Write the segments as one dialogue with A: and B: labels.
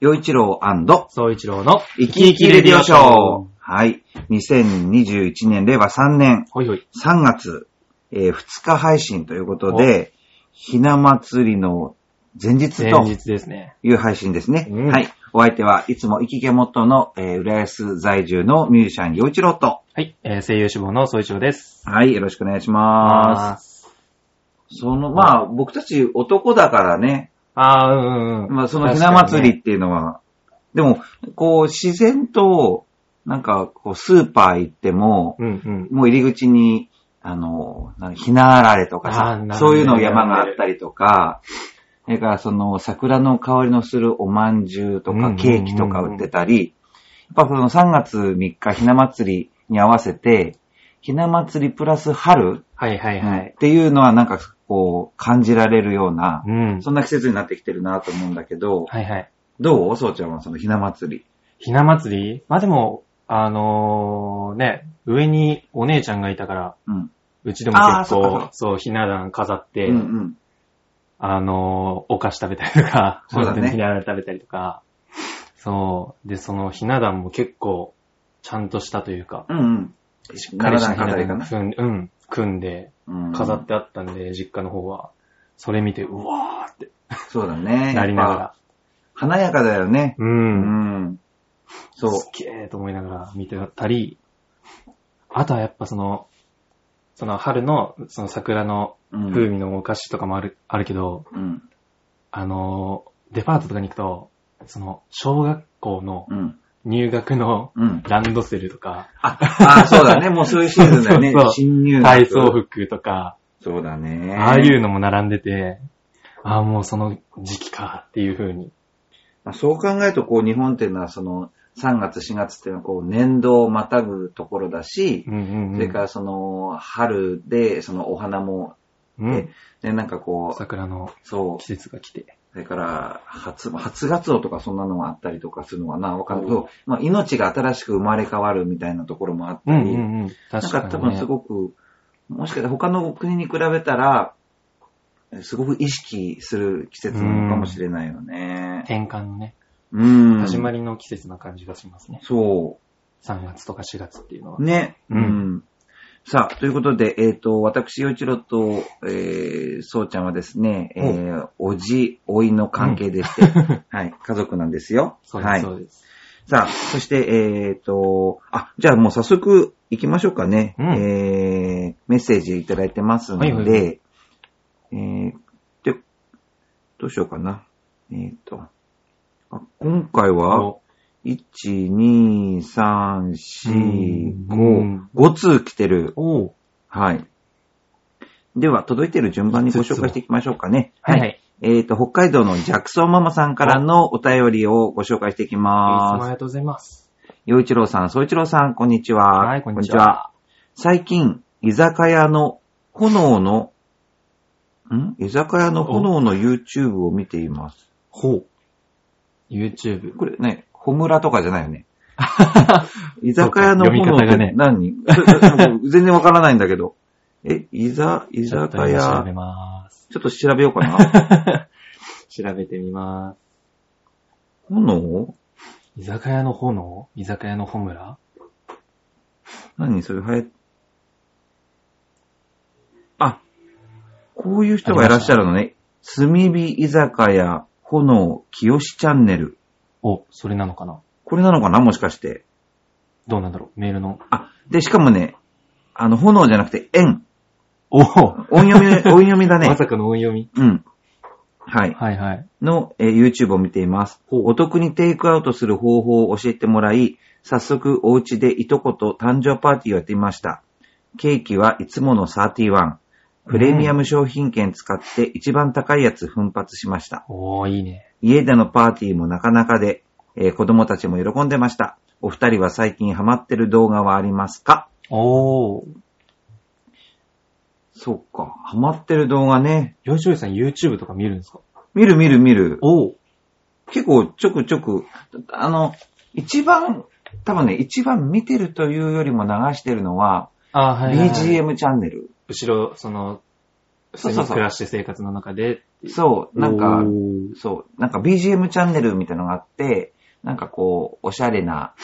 A: 洋一郎
B: 総一郎の、
A: 生き生きレディオショー。はい。2021年、令和3年
B: ほいほい。
A: 3月、え2日配信ということで、ひな祭りの前日
B: 前
A: と
B: 日ですね。
A: いう配信ですね。
B: うん
A: はい。お相手はいつも生き毛元の、えー、浦安在住のミュージシャン洋一郎と。
B: はい、えー声優志望の総一郎です。
A: はい。よろしくお願いします。
B: す。
A: その、まあ、僕たち男だからね、
B: あー、うんうんうん。
A: まあ、そのひな祭りっていうのは、でも、こう、自然と、なんか、こう、スーパー行っても、
B: うんうん。
A: もう入り口に、あの、なんかひなあられとか
B: あ
A: さ
B: ー並んで、る
A: そういうの山があったりとか、それからその桜の香りのするおまんじゅうと
B: うんうんうんう
A: か
B: ん
A: ケーキとか売ってたり、やっぱその3月3日ひな祭りに合わせて、ひな祭りプラス春、
B: はいはいは
A: っ
B: い。
A: ていうのはなんかこう感じられるような、
B: うん。
A: そんな季節になってきてるなと思うんだけど、
B: はいはい。
A: どうそうちゃんはそのひな祭り。
B: ひな祭りまあでも、あのー、ね、上にお姉ちゃんがいたから、
A: うん。
B: うちでも
A: あー
B: 結
A: そっかそっ
B: 構
A: か、
B: そう、ひな壇飾って、
A: うんうん。
B: あのー、お菓子食べたりとか、
A: そうだね
B: ひな壇食べたりとか、そう。で、そのひな壇も結構、ちゃんとしたというか、
A: うんうん。しっかりした飾りかな。
B: うん、うん、組んで、
A: うん
B: 飾ってあったんで、実家の方は。それ見て、うわーって
A: そうだね。
B: なりなが
A: やっぱ
B: ら。
A: 華やかだよね。
B: う。
A: うんん。そう。
B: すっげーと思いながら見てたり、あとはやっぱその、その春の、その桜の
A: うん
B: 風味のお菓子とかもある、あるけど、
A: うん。
B: あのー、デパートとかに行くと、その、小学校の
A: うん。
B: 入学の
A: うん。
B: ランドセルとか、
A: あ、あそうだね。もうそういうシーズンだよね
B: そうそ。う
A: 新入学
B: 体操服とか、
A: そうだね。
B: ああいうのも並んでて、ああ、もうその時期かっていう風に。
A: まあそう考えると、こう、日本っていうのは、その、3月、4月っていうのは、こう、年度をまたぐところだし
B: う、んうんうん。
A: それから、その、春で、その、お花も、
B: うん、
A: ね、なんかこう、
B: 桜の
A: そう、
B: 季節が来て。
A: それから、初、初ガツオとかそんなのがあったりとかするのはな、わかるけど、まあ、命が新しく生まれ変わるみたいなところもあったり、
B: んうん。
A: な
B: 確
A: ん
B: か
A: か
B: に、
A: 多
B: ね。
A: 分すごく、もしかして他の国に比べたら、すごく意識する季節なのかもしれないよね。
B: 転換のね、
A: うん。
B: 始ま
A: り。
B: りの季節な感じがしますね。
A: そ
B: 3月とか4月っていうのは。
A: う。ね。
B: うん
A: さあ、ということで、えっ、と、私、洋一郎と、えー、そうちゃんはですね、えー、おじ、おいの関係でして、 はい、家族なんですよ。
B: そうです、
A: はい。
B: そうです。
A: さあ、そして、えっ、と、あ、じゃあもう早速行きましょうかね。
B: うん
A: えー、メッセージいただいてますので、
B: はいはいは
A: えー、で、どうしようかな。えっ、と、あ今回は、
B: お
A: 1、2、3、4、5、5通来てる。
B: おう
A: はい。では、届いてる順番にご紹介していきましょうかね。
B: はいはい。い
A: えっ、と、北海道のジャクソンママさんからのお便りをご紹介していき
B: つ
A: ます
B: もあ。りがとうございます。
A: 洋一郎さん、総一郎さん、こんにちは。
B: はい、こんにち。は。
A: 最近、居酒屋の炎の、ん居酒屋の炎の YouTube を見ています。
B: ほう。YouTube。
A: これね、ホムラとかじゃないよ ね。居酒屋の炎
B: そうか読み
A: っ
B: 方が
A: て
B: ね
A: 何、 それそれもう全然わからないんだけど。え、居ざ、居
B: ちょっと
A: 酒
B: 今調べ
A: 屋、
B: ます。
A: ちょっと調べようかな。
B: 調べてみます。
A: 炎
B: 居酒屋の炎居酒屋のホムラ
A: 何それ流行っあ、こういう人がいらっしゃるのね。炭火居酒屋炎清しチャンネル。
B: お、それなのかな
A: これなのかなもしかして。
B: どうなんだろうメールの。
A: あ、で、しかもね、あの、炎じゃなくて、縁。
B: おお、
A: 音 読み、音読みだね
B: ま。さかの音読み
A: うん。はい。
B: はいはい。
A: の、えー YouTube を見ています。お得にテイクアウトする方法を教えてもらい、早速お家でいとこと誕生パーティーをやってみました。ケーキはいつもの31。プレミアム商品券使って一番高いやつ奮発しました。
B: おー、いいね。
A: 家でのパーティーもなかなかで、えー子供たちも喜んでました。お二人は最近ハマってる動画はありますか
B: おー。
A: そうか。ハマってる動画ね。
B: よしおじさん YouTube とか見るんですか
A: 見る見る見る。
B: おう。
A: 結構ちょくちょく、あの、一番、多分ね、一番見てるというよりも流してるのは、
B: あ、はいはいはい、
A: BGM チャンネル。
B: 後ろ、その、普通に暮らして生活の中でっていう
A: そう、なんか
C: お、ー
A: そう、なんか BGM チャンネルみたいなのがあって、なんかこう、おしゃれな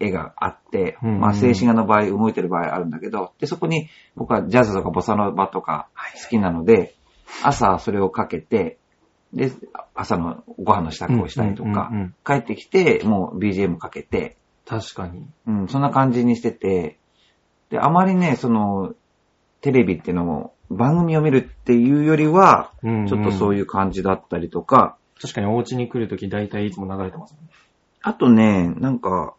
A: 絵があって、
B: うん
A: まあ静止画の場合、動いてる場合あるんだけど、で、そこに僕はジャズとかボサノバとか好きなので、朝それをかけて、で、朝のご飯の支度をしたりとか
B: うんうんうんうん、
A: 帰ってきて、もう BGM かけて、
B: 確かに。
A: うん、そんな感じにしてて、で、あまりね、その、テレビっていうのも、番組を見るっていうよりは、
B: うん
A: ちょっとそう
B: い
A: いう感じだったりとか、
B: うん。確かにお家に来るとき大体いつも流れてますもんね。
A: あとね、なんか、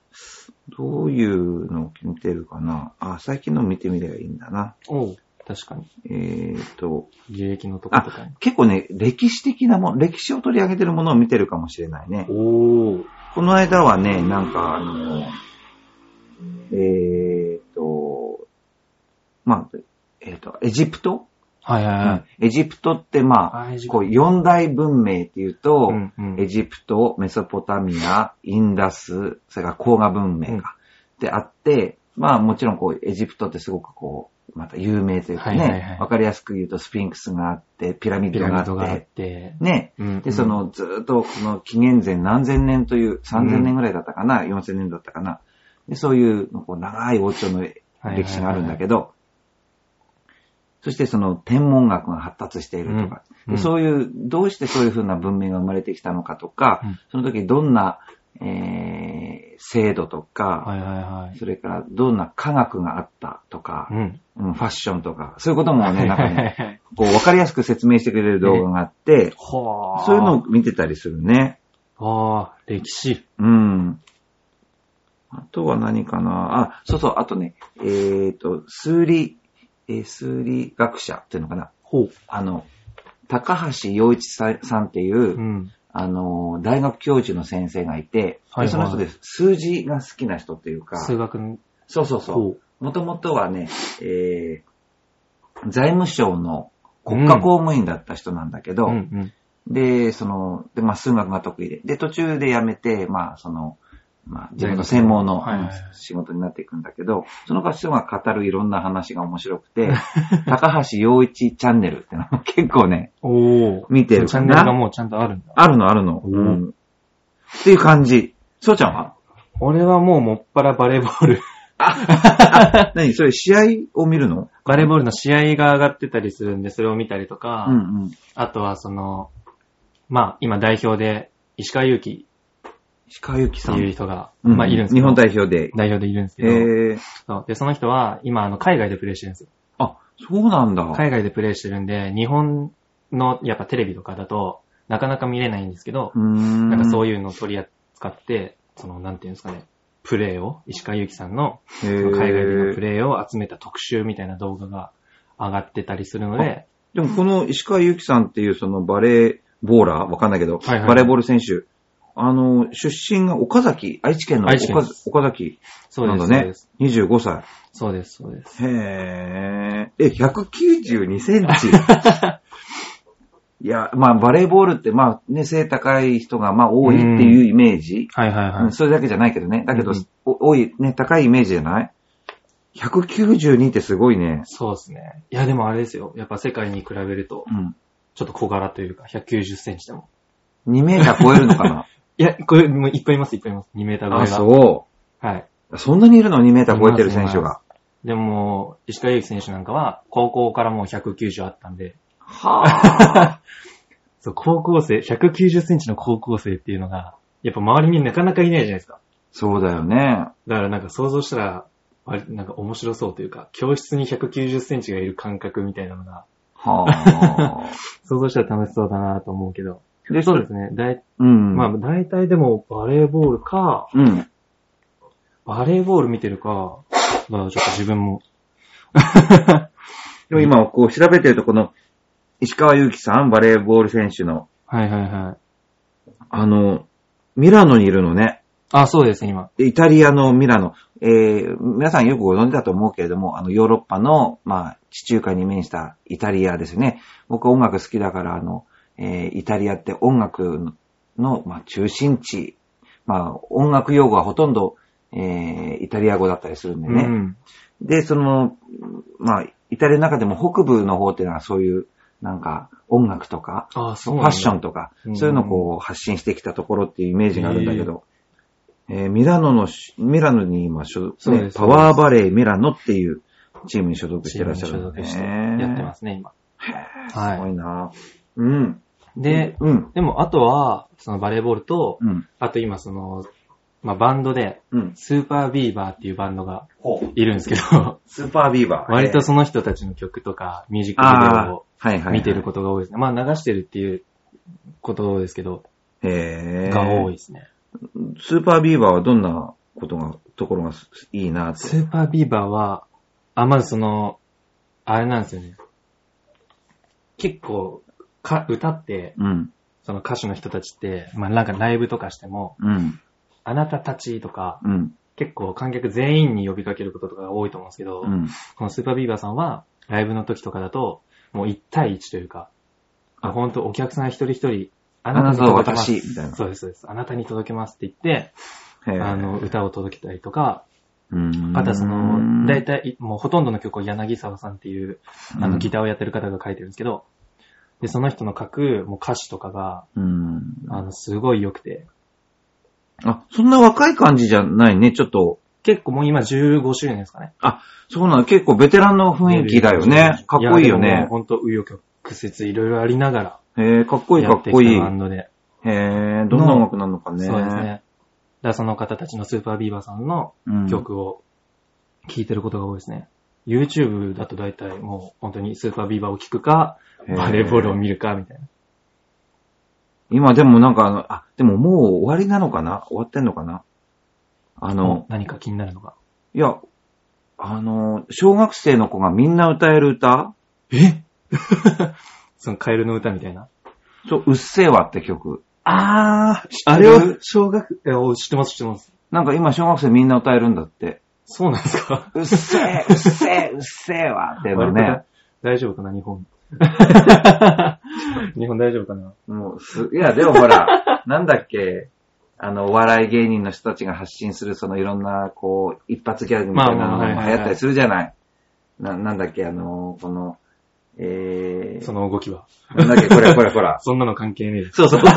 A: どういうのを見てるかな。あ、最近の見てみればいいんだな。
B: おう確かに。
A: えーっと、
B: 履歴のとことかに。
A: 結構ね、歴史的なもの、歴史を取り上げてるものを見てるかもしれないね。
B: おー。
A: この間はね、なんか、あの、えーっと、まあ、えーっと、エジプト、
B: はいはいはい。
A: うんエジプトってまあ、
B: あエジプト
A: こう、四大文明っていうと、
B: うんうん
A: エジプト、メソポタミア、インダス、それから黄河文明が、であって、まあもちろんこうエジプトってすごくこう、また有名というかね、わ、
B: はいはいはい
A: かりやすく言うとスフィンクスがあって、ピラミッ
B: ピ
A: ド
B: ラ
A: があ
B: ミッ
A: って、
B: ドがあって。
A: ね、
B: うんうん
A: で、そ、のずーっとこの紀元前何千年という、3000年ぐらいだったかな、4000年だったかな、でそういうこう長い王朝の歴史があるんだけど、そしてその天文学が発達しているとか、
B: うんうん
A: でそういう、どうしてそういう風な文明が生まれてきたのかとか、
B: うん
A: その時どんな、えー制度とか、
B: はいはいはい。
A: それからどんな科学があったとか
B: う、ん。
A: うんファッションとか、そういうこともね、なんかね、
B: ね。
A: こう分かりやすく説明してくれる動画があって、
B: はあ。
A: そういうのを見てたりするね。
B: を。ああ、歴史。
A: うん。あとは何かなあ、そうそう、あとね、えっ、と、数理、えー数理学者っていうのかな
B: ほう。
A: あの、高橋洋一さんさんっていう、
B: うん。
A: あの、大学教授の先生がいて、
B: はいはい
A: でその人です。数字が好きな人っていうか、
B: 数学の、
A: そうそう
B: ほ。
A: そうう。もともとはね、えー、財務省の国家公務員だった人なんだけど、
B: うんうん。
A: で、その、で、まあ、数学が得意で。で、途中で辞めて、まあ、その、まあ、自分の専門の
B: はいはいはい
A: うん仕事になっていくんだけど、その人が語るいろんな話が面白くて、 高橋洋一チャンネルってのも結構ね、
B: おー。
A: 見てる
B: チ
A: かな
B: ャンネルがもうちゃんとあるんだ。
A: あるのあるの。
B: おー
A: うん。っていう感じ。そうちゃんは
B: 俺はもうもっぱらバレーボー ル。
A: 何それ試合を見るの
B: バレーボールの試合が上がってたりするんで、それを見たりとか、
A: うんうん。
B: あとはその、まあ、今代表で、石川祐希
A: 石川由紀
B: って
A: さん。
B: いう人が、
A: うん
B: まあ、いるんです
A: 日
B: けど、
A: 本代表で。
B: 代表でいるんです
A: え
B: けど、
A: ー、
B: そうで、その人は、今、あの、海外でプレイしてるんですよ。
A: あ、そうなんだ。
B: 海外でプレイしてるんで、日本の、やっぱテレビとかだと、なかなか見れないんですけど
A: う、ーん。
B: なんかそう
A: いう、
B: いうのを取り扱って、その、なんていうんですかね、プレイを、石川祐希さんの
A: え
B: 海外での
A: ー、
B: プレイを集めた特集みたいな動画が上がってたりするので、
A: でもこの石川由紀さんっていうそのバレーボーラーわかんないけど、
B: はいはい
A: バレーボール選手。あの、出身が岡崎、愛知県の岡
B: 愛知県です
A: 岡崎
B: そう
A: な
B: で
A: ん
B: す、
A: だ
B: そう
A: ね
B: です。。
A: 25歳。
B: そうです、そうです。
A: へえ。え、192セン チ。いや、まあ、バレーボールって、まあ、ね、背高い人が、まあ、多いっていうイメージ。
B: はいはいは
A: うん
B: い。
A: それだけじゃないけどね。だけど、
B: うん
A: お多い、ね、高いイメージじゃない ?192 ってすごいね。
B: そうですね。いや、でもあれですよ。やっぱ世界に比べると、ちょっと小柄というか、190センチでも。
A: うん。2メーター超えるのか な
B: いや、これ、もういっぱいいます、いっぱいいます。2メーター超えが。
A: あ、そ
B: はい。
A: う。そんなにいるの ?2 メーター超えてる選手
B: いま
A: が。
B: でももう、石川祐希選手なんかは、高校からもう190あったんで、
A: はあ。
B: そう、高校生、190センチの高校生っていうのが、やっぱ周りになかなかいないじゃないですか。
A: そうだよね。
B: だからなんか想像したら、割なんか面白そうというか、教室に190センチがいる感覚みたいなのが、
A: は あ。
B: 想像したら楽しそうだなと思うけど。
A: で
B: そうですね。だい、
A: うん。
B: まあ、大体でもバレーボールか、
A: うん。
B: バレーボール見てるか、まあちょっと自分も。
A: でも今、こう、調べてると、この、石川祐希さん、バレーボール選手の、
B: はいはいはい。
A: あの、ミラノにいるのね。
B: あ、そうです、今。
A: でイタリアのミラノ。えー、皆さんよくご存知だと思うけれども、あの、ヨーロッパの、まあ、地中海に面したイタリアですね。僕音楽好きだから、あの、えー、イタリアって音楽の、まあ、中心地。まあ、音楽用語はほとんど、えー、イタリア語だったりするんでね。
B: うん。
A: で、その、まあ、イタリアの中でも北部の方っていうのはそういう、なんか、音楽とか、
B: ああ、そ
A: フ
B: うなん
A: ァ
B: だ
A: ッションとか、
B: うん
A: そういうのをこう発信してきたところっていうイメージがあるんだけど、えーミラノのし、ミラノに今所
B: そ
A: 属、
B: うです
A: ね、パ
B: そうです
A: ワーバレーミラノっていうチームに所属してらっしゃ
B: チーム
A: る
B: に所
A: んだ
B: 属
A: ね。。
B: してやってますすね、今。
A: すご
B: はい
A: なうん。
B: い。で、
A: うん。
B: でもあとは、そのバレーボールと、
A: うん。
B: あと今その、まあバンドで、
A: うん。
B: スーパービーバーっていうバンドが
A: ほう。
B: いるんですけど、
A: スーパービーバー。
B: 割と
A: の、
B: その人たちの曲とか、ミュージックビデ
A: ああ
B: オを、
A: はいはい、はい。
B: 見てることが多いですね。まあ流してるっていうことですけど、
A: へえ。
B: が多いですね。
A: スーパービーバーはどんなことが、ところがすいいなって。
B: スーパービーバーは、あ、まずその、あれなんですよね。結構、か、歌って、
A: うん。
B: その歌手の人たちって、まあなんかライブとかしても、
A: うん。
B: あなたたちとか、
A: うん。
B: 結構観客全員に呼びかけることとかが多いと思うんですけど、
A: うん。
B: このスーパービーバーさんは、ライブの時とかだと、もう1対1というか、あほんとお客さん一人一人、あ
A: あなたは
B: 届けます
A: 私、みたいな。
B: そうです、そうです。あなたに届けますって言って、
A: へえ
B: あの、、歌を届けたりとか、
A: うん
B: あとはその、大体、もうほとんどの曲を柳沢さんっていう、あの、ギターをやってる方が書いてるんですけど、で、その人の書く、もう歌詞とかが、
A: うん。
B: あの、すごい良くて、
A: あ、そんな若い感じじゃないね。ちょっと、
B: 結構もう今15周年ですかね。
A: そうなの、結構ベテランの雰囲気だよね。かっこいいよ
B: やでももう
A: ね。
B: ほんと、紆余曲折いろいろありながら、
A: へえ、かっこいい
B: や
A: か
B: っ
A: ってこ
B: き
A: いい
B: た。バンドで。
A: へえ、どんな音楽なのかね。
B: そうですね。だからその方たちのスーパービーバーさんの
A: うん。
B: 曲を聴いてることが多いですね。YouTube だと大体もう本当にスーパービーバーを聴くか、
A: へえ
B: バレーボールを見るか、みたいな。
A: 今でもなんかあの、あ、でももう終わりなのかな終わってんのかなあ
B: の
A: の、
B: 何か気になるのが。
A: いや、あの、小学生の子がみんな歌える歌
B: え そのカエルの歌みたいな。
A: そう、うっせぇわって曲。
B: あー、
A: あ
B: あ
A: れ
B: れ
A: は
B: は小学、え、お知ってます、知ってます。
A: なんか今小学生みんな歌えるんだって。
B: そうなんですか
A: うっせぇ、うっせぇ、うっせぇわっていうのね。
B: 大丈夫かな、日 本。日本大丈夫かな
A: もうす、いや、でもほら、なんだっけ、あの、お笑い芸人の人たちが発信する、そのいろんな、こう、一発ギャグみたいな
B: まあ
A: のが
B: まあはいはいは
A: 流
B: い
A: 行ったりするじゃない。な、なんだっけ、あの、この、え
B: そ
A: ー、
B: の動きは。
A: なんだっけ、これ、これ、ほ ら。
B: そんなの関係ねえです。
A: そうそうそう。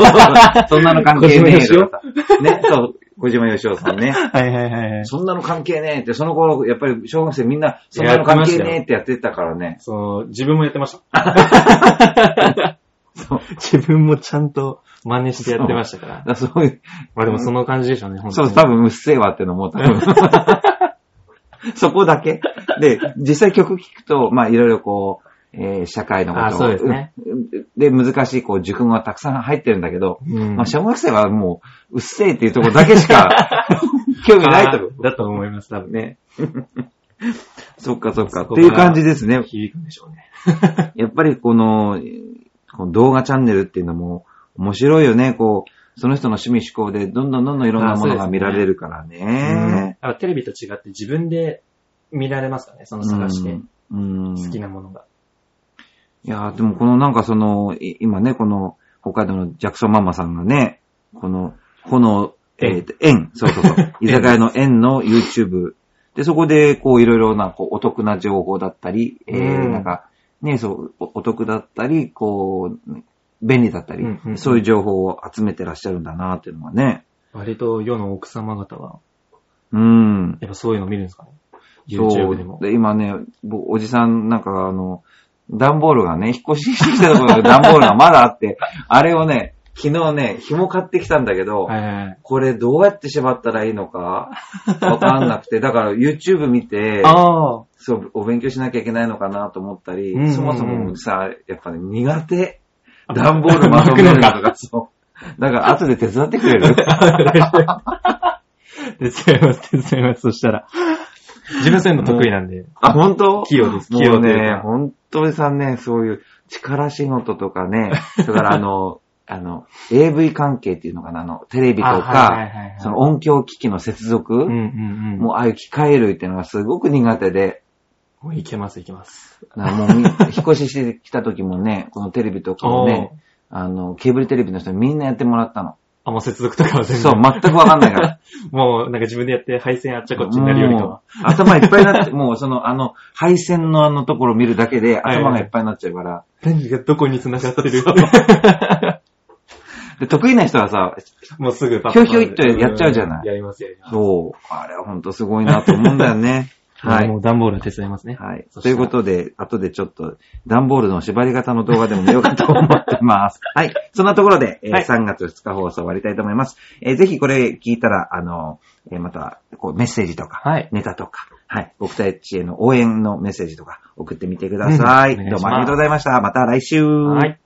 A: そんなの関係ねえとかさ。ね、そう、小島よしおさんね。
B: はいはいはいはい。
A: そんなの関係ねえって、その頃、やっぱり小学生みんな、そんなの関係ねえってやってたからね。
B: その、自分もやってました。
A: そう。
B: 自分もちゃんと真似してやってましたから。
A: だからそういう、
B: まあでもその感じでしょうね、本当
A: そ
B: に。
A: う、多分、うっせぇわってのも、多分。 そこだけ。で、実際曲聴くと、まあ、いろいろこう、えー社会のことを
B: あそうですね
A: うんで、難しい、こう、熟語がたくさん入ってるんだけど、
B: うん。
A: まあ、小学生はもう、うっせぇっていうところだけし か、興味ないと思
B: だと思います、多
A: う。
B: 分。
A: ね。そっかそっか。
B: そ
A: っ
B: こ
A: て
B: が
A: いう感じですね。
B: 響くんでしょうね。
A: やっぱりこの、この動画チャンネルっていうのも面白いよね。こう、その人の趣味嗜好でどんどんどんどんいろんなものが見られるからね。
B: あテレビと違って自分で見られますかね、その探して。
A: うん。
B: 好き
A: い
B: なものが。
A: やーでもこのなんかその、い今ね、この北海道のジャクソンママさんがね、この、炎、えー、円、そうそう そう、居酒屋の円の YouTube。で、そこで、こう、いろいろな、こう、お得な情報だったり、えー
B: うん
A: なんか、ね、そう、おお得だったり、こう、便利だったり、
B: うんうんうん
A: そういう情報を集めてらっしゃるんだな、っていうのはね。
B: 割と世の奥様方は、
A: うん。
B: やっぱそういうの見るんですかね。
A: そ
B: YouTube でも
A: う。。で、今ね、僕、おじさんなんか、あの、段ボールがね、引っ越ししてきたところで 段ボールがまだあって、あれをね、昨日ね、紐買ってきたんだけど、
B: はいはいはい。
A: これどうやって縛ったらいいのか、わかんな くて、だから YouTube 見て、
B: ああ、
A: そう、お勉強しなきゃいけないのかなと思ったり、
B: うんうんうん
A: そもそもさ、やっぱね、苦手。段ボールまとめるの
B: 巻く
A: が、そう。だから後で手伝ってくれる
B: 手伝います、手伝います、そしたら。自分そういうの得意なんで。
A: あ、本当
B: 器用です器
A: もう
B: 用という
A: ね
B: か、
A: 本当にさんね、そういう力仕事とかね、 だからあの、あの、AV 関係っていうのかな、あの、テレビと
B: あはい
A: か、
B: はいはいはい
A: その音響機器の接続、
B: うんうんうん。
A: もうああいう機械類っていうのがすごく苦手で、
B: もういけます、いけます。
A: だからもうみ引っ越し してきた時もね、このテレビとかをね、あの、ケーブルテレビの人にみんなやってもらったの。
B: あ、もう接続とかは全部。
A: そう、全くわかんないから。
B: もうなんか自分でやって配線あっちゃこっちになるよりかは。
A: もう頭いっぱいになって、もうその、あの、配線のあのところを見るだけで
B: はいはい
A: 頭がいっぱいになっちゃうから。
B: 何がどこに繋がってる
A: で得意な人はさ、
B: もうすぐ
A: ひょいひょいっとやっちゃうじゃない
B: んやります、やります。
A: そう、あれはほんとすごいなと思うんだよね。 はい。
B: もう段ボールは手伝いますね。
A: はい。
B: そし
A: と
B: た
A: い
B: ら
A: うことで、後でちょっと、段ボールの縛り型の動画でも見ようかと思って ます。はい。そんなところで、えー
B: はい
A: 3月2日放送終わりたいと思います。えーぜひこれ聞いたら、あの、えーまた、こう、メッセージとか、
B: はい
A: ネタとか、はい。僕たちへの応援のメッセージとか、送ってみてください。
B: うんお願いします
A: どうもありがとうございました。また来週。
B: はい。